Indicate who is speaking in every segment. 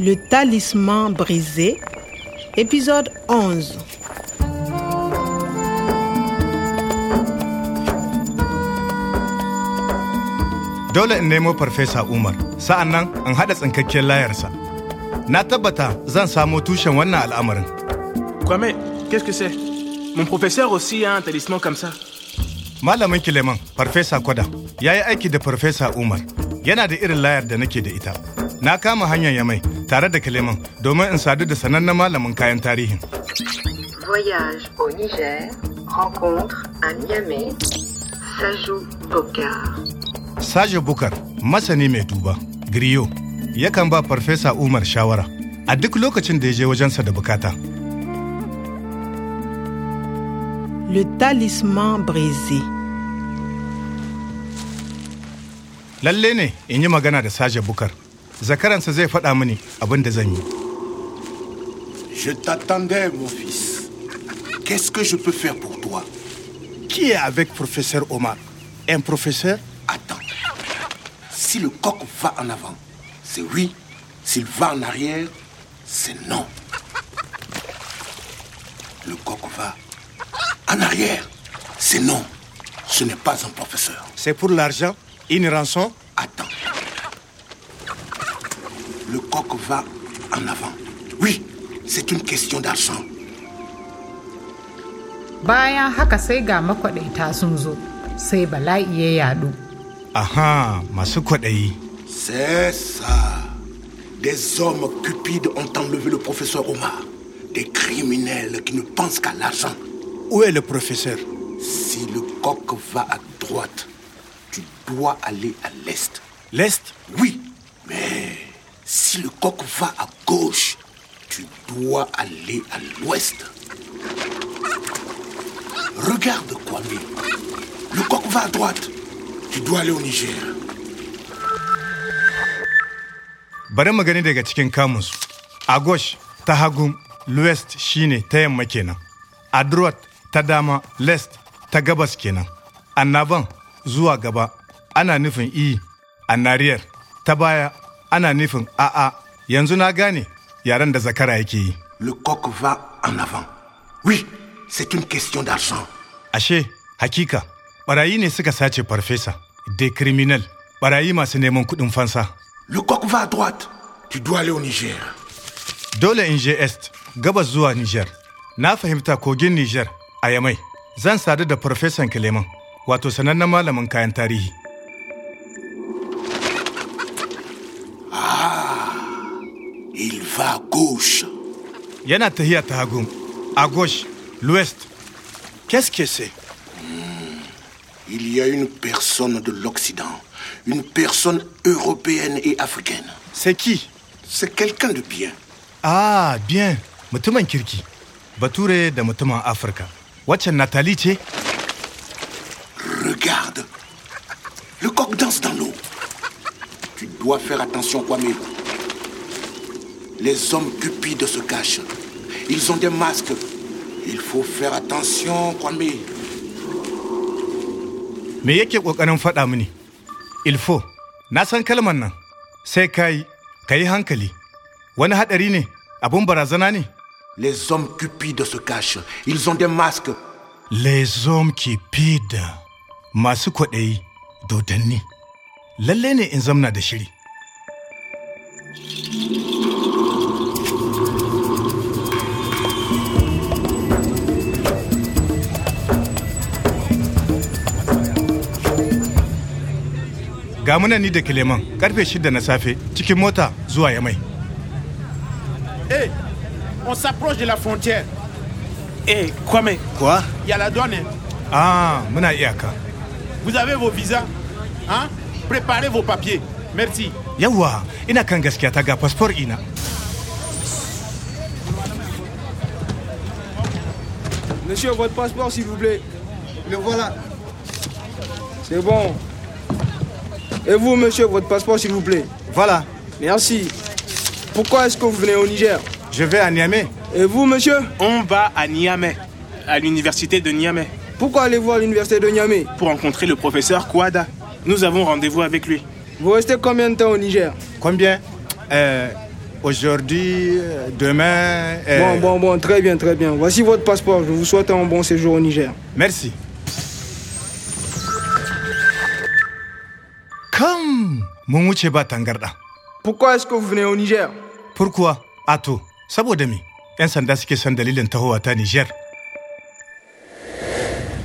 Speaker 1: Le talisman brisé, épisode 11.
Speaker 2: Dole in nemo Farfesa Umar, sa'an nan in haɗa tsinkakken layarsa. Na tabbata zan samo tushen wannan al'amarin.
Speaker 3: Kwame, qu'est-ce que c'est Mon professeur aussi a un talisman comme ça.
Speaker 2: Malamin Kileman, Farfesa Kwada, ya yi aiki da Farfesa Umar. Yana da irin layar da nake da ita. Na kama hanyar Yamai tare da Kileman domin in sadu da sanannen malamin kayan tarihin.
Speaker 4: Voyage au Niger, rencontre à Niamey, Sajou Bokar.
Speaker 2: Sajo Bukar, masani mai duba, griyo, yakan ba Farfesa Umar shawara a duk lokacin da ya je wajensa da bukata.
Speaker 1: Le talisman brisé.
Speaker 2: Lalle ne in yi magana da Sajo Bukar. Zakaransa zai faɗa mini abin da zan yi.
Speaker 5: Je t'attendais, mon fils. Qu'est-ce que je peux faire pour toi
Speaker 2: Qui est avec Professeur Omar? Un professeur?
Speaker 5: Attends. Si le coq va en avant, c'est oui. S'il va en arrière, c'est non. Le coq va en arrière, c'est non. Ce n'est pas un professeur.
Speaker 2: C'est pour l'argent? Une rançon?
Speaker 5: Attends. Le coq va en avant. Oui, c'est une question d'argent.
Speaker 6: bayan haka sai ga makwaɗaita sun zo sai bala'i ya yadu
Speaker 2: Aha, masu kwaɗayi.
Speaker 5: C'est ça. Des hommes cupides ont enlevé le professeur Omar. Des criminels qui ne pensent qu'à l'argent.
Speaker 2: Où est le professeur?
Speaker 5: Si le coq va à droite, tu dois aller à l'est.
Speaker 2: L'Est?
Speaker 5: Oui, mais si le coq va à gauche, tu dois aller à l'ouest. Regarde, Kwame. Le coq va à droite. Tu dois aller au Niger.
Speaker 2: Bari mu gani daga cikin kamus. A gauche ta hagu, l'ouest shine ta yamma kenan. A droite ta dama, l'est ta gabas kenan. Annaban zuwa gaba ana nufin i, annariyar ta baya ana nufin a'a. Yanzu na gane yaren da zakara yake yi.
Speaker 5: Le coq va en avant. Oui, c'est une question d'argent.
Speaker 2: Ashe, hakika, barayi ne suka sace farfesa, des criminal, barayi masu neman kuɗin fansa.
Speaker 5: Le coq va à droite. Tu dois aller au Niger.
Speaker 2: Dole in je Est, gabas zuwa Niger. Na fahimta kogin Niger a Yamai. Zan sadu da Farfesan Kileman, wato sanannen malamin kayan tarihi.
Speaker 5: Il va à gauche.
Speaker 2: Yana tahiya ta hagu, a gauche, l'ouest. Qu'est-ce que c'est?
Speaker 5: Il y a une personne de l'Occident, une personne européenne et africaine.
Speaker 2: C'est qui?
Speaker 5: C'est quelqu'un de bien.
Speaker 2: Ah, bien, mutumin kirki. Bature da mutumin Afirka. Waccan Nathalie ce?
Speaker 5: Regarde. Le coq danse dans l'eau. Tu dois faire attention, Kwame. Les hommes cupides se cachent. Ils ont des masques. Il faut faire attention, Kwame.
Speaker 2: Me yake ƙoƙarin faɗa mini? Ilfo, na san kalmar nan, sai ka yi, ka yi hankali. Wani haɗari ne, abun barazana ne?
Speaker 5: Les hommes cupides se cachent. Ils ont des masques.
Speaker 2: Les hommes qui pident masu kwaɗayi dodanni. Lalle ne in zamna da shiri. Ga muna ni da Kileman karfe shida na safe cikin mota zuwa Yamai.
Speaker 7: Hé, on s'approche de la frontière.
Speaker 3: Hé, Kwame,
Speaker 2: Kuwa?
Speaker 7: Il y a la douane. hein.
Speaker 2: Ah, muna iyaka.
Speaker 7: Vous avez vos visas. Hein Préparez vos papiers. Merci.
Speaker 2: Yawwa, ina kan gaskiya ta ga fasfor ina.
Speaker 8: Monsieur, votre passeport, s'il vous plaît. Le voilà. C'est bon. Et vous, monsieur, votre passeport, s'il vous plaît.
Speaker 2: Voilà,
Speaker 8: Merci. Pourquoi est-ce que vous venez au Niger
Speaker 2: je vais à Niamey.
Speaker 8: Et vous, monsieur
Speaker 3: on va à Niamey, à l'université de Niamey,
Speaker 8: Pourquoi allez-vous à l'université de Niamey
Speaker 3: pour rencontrer le professeur Kouada. Nous avons rendez-vous avec lui.
Speaker 8: Vous restez combien de temps au Niger
Speaker 2: Combien euh, aujourd'hui, euh, demain. euh,
Speaker 8: Bon, bon, bon, très bien, très bien. Voici votre passeport. Je vous souhaite un bon séjour au Niger.
Speaker 2: Merci. Kam mun wuce ba tangarda.
Speaker 8: Pourquoi est-ce que vous venez au Niger
Speaker 2: Pourquoi Ato, saboda me, 'yan sanda suke son dalilin tahowa ta Niger.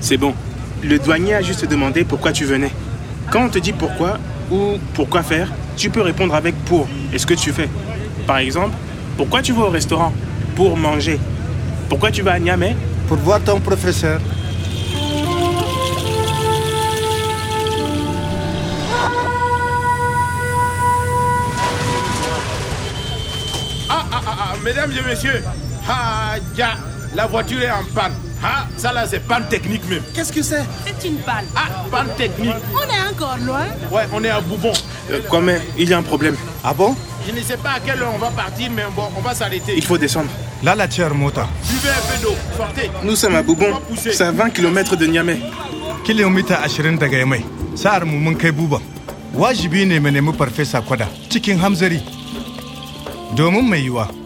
Speaker 3: C'est bon. Le douanier a juste demandé pourquoi tu venais. Quand on te dit pourquoi ou pourquoi faire, tu peux répondre avec pour et ce que tu fais. Par exemple, pourquoi tu vas au restaurant Pour manger. Pourquoi tu vas à Niamey
Speaker 2: Pour voir ton professeur.
Speaker 7: Ah, ah, ah, ah, mesdames et messieurs, ah, ya, la voiture est en panne. Ah, ça là, c'est panne technique même.
Speaker 9: Qu'est-ce que c'est C'est une balle.
Speaker 7: Ah, panne technique.
Speaker 9: On est encore loin.
Speaker 7: Ouais, on est à Boubon.
Speaker 3: Euh, Kwame, il y a un problème.
Speaker 2: Ah bon
Speaker 7: Je ne sais pas à quelle heure on va partir, mais bon, on va s'arrêter.
Speaker 3: Il faut descendre.
Speaker 2: Lalacewar mota,
Speaker 7: Buvez un peu d'eau, sortez.
Speaker 3: Nous sommes à Boubon. C'est à 20 km de Niamey.
Speaker 2: kilomita ashirin daga Yamai. Sa'ar mu mun kai buban. Wajibi ne mu nemi Farfesa Kwada cikin hamzari. Domin mai yiwa,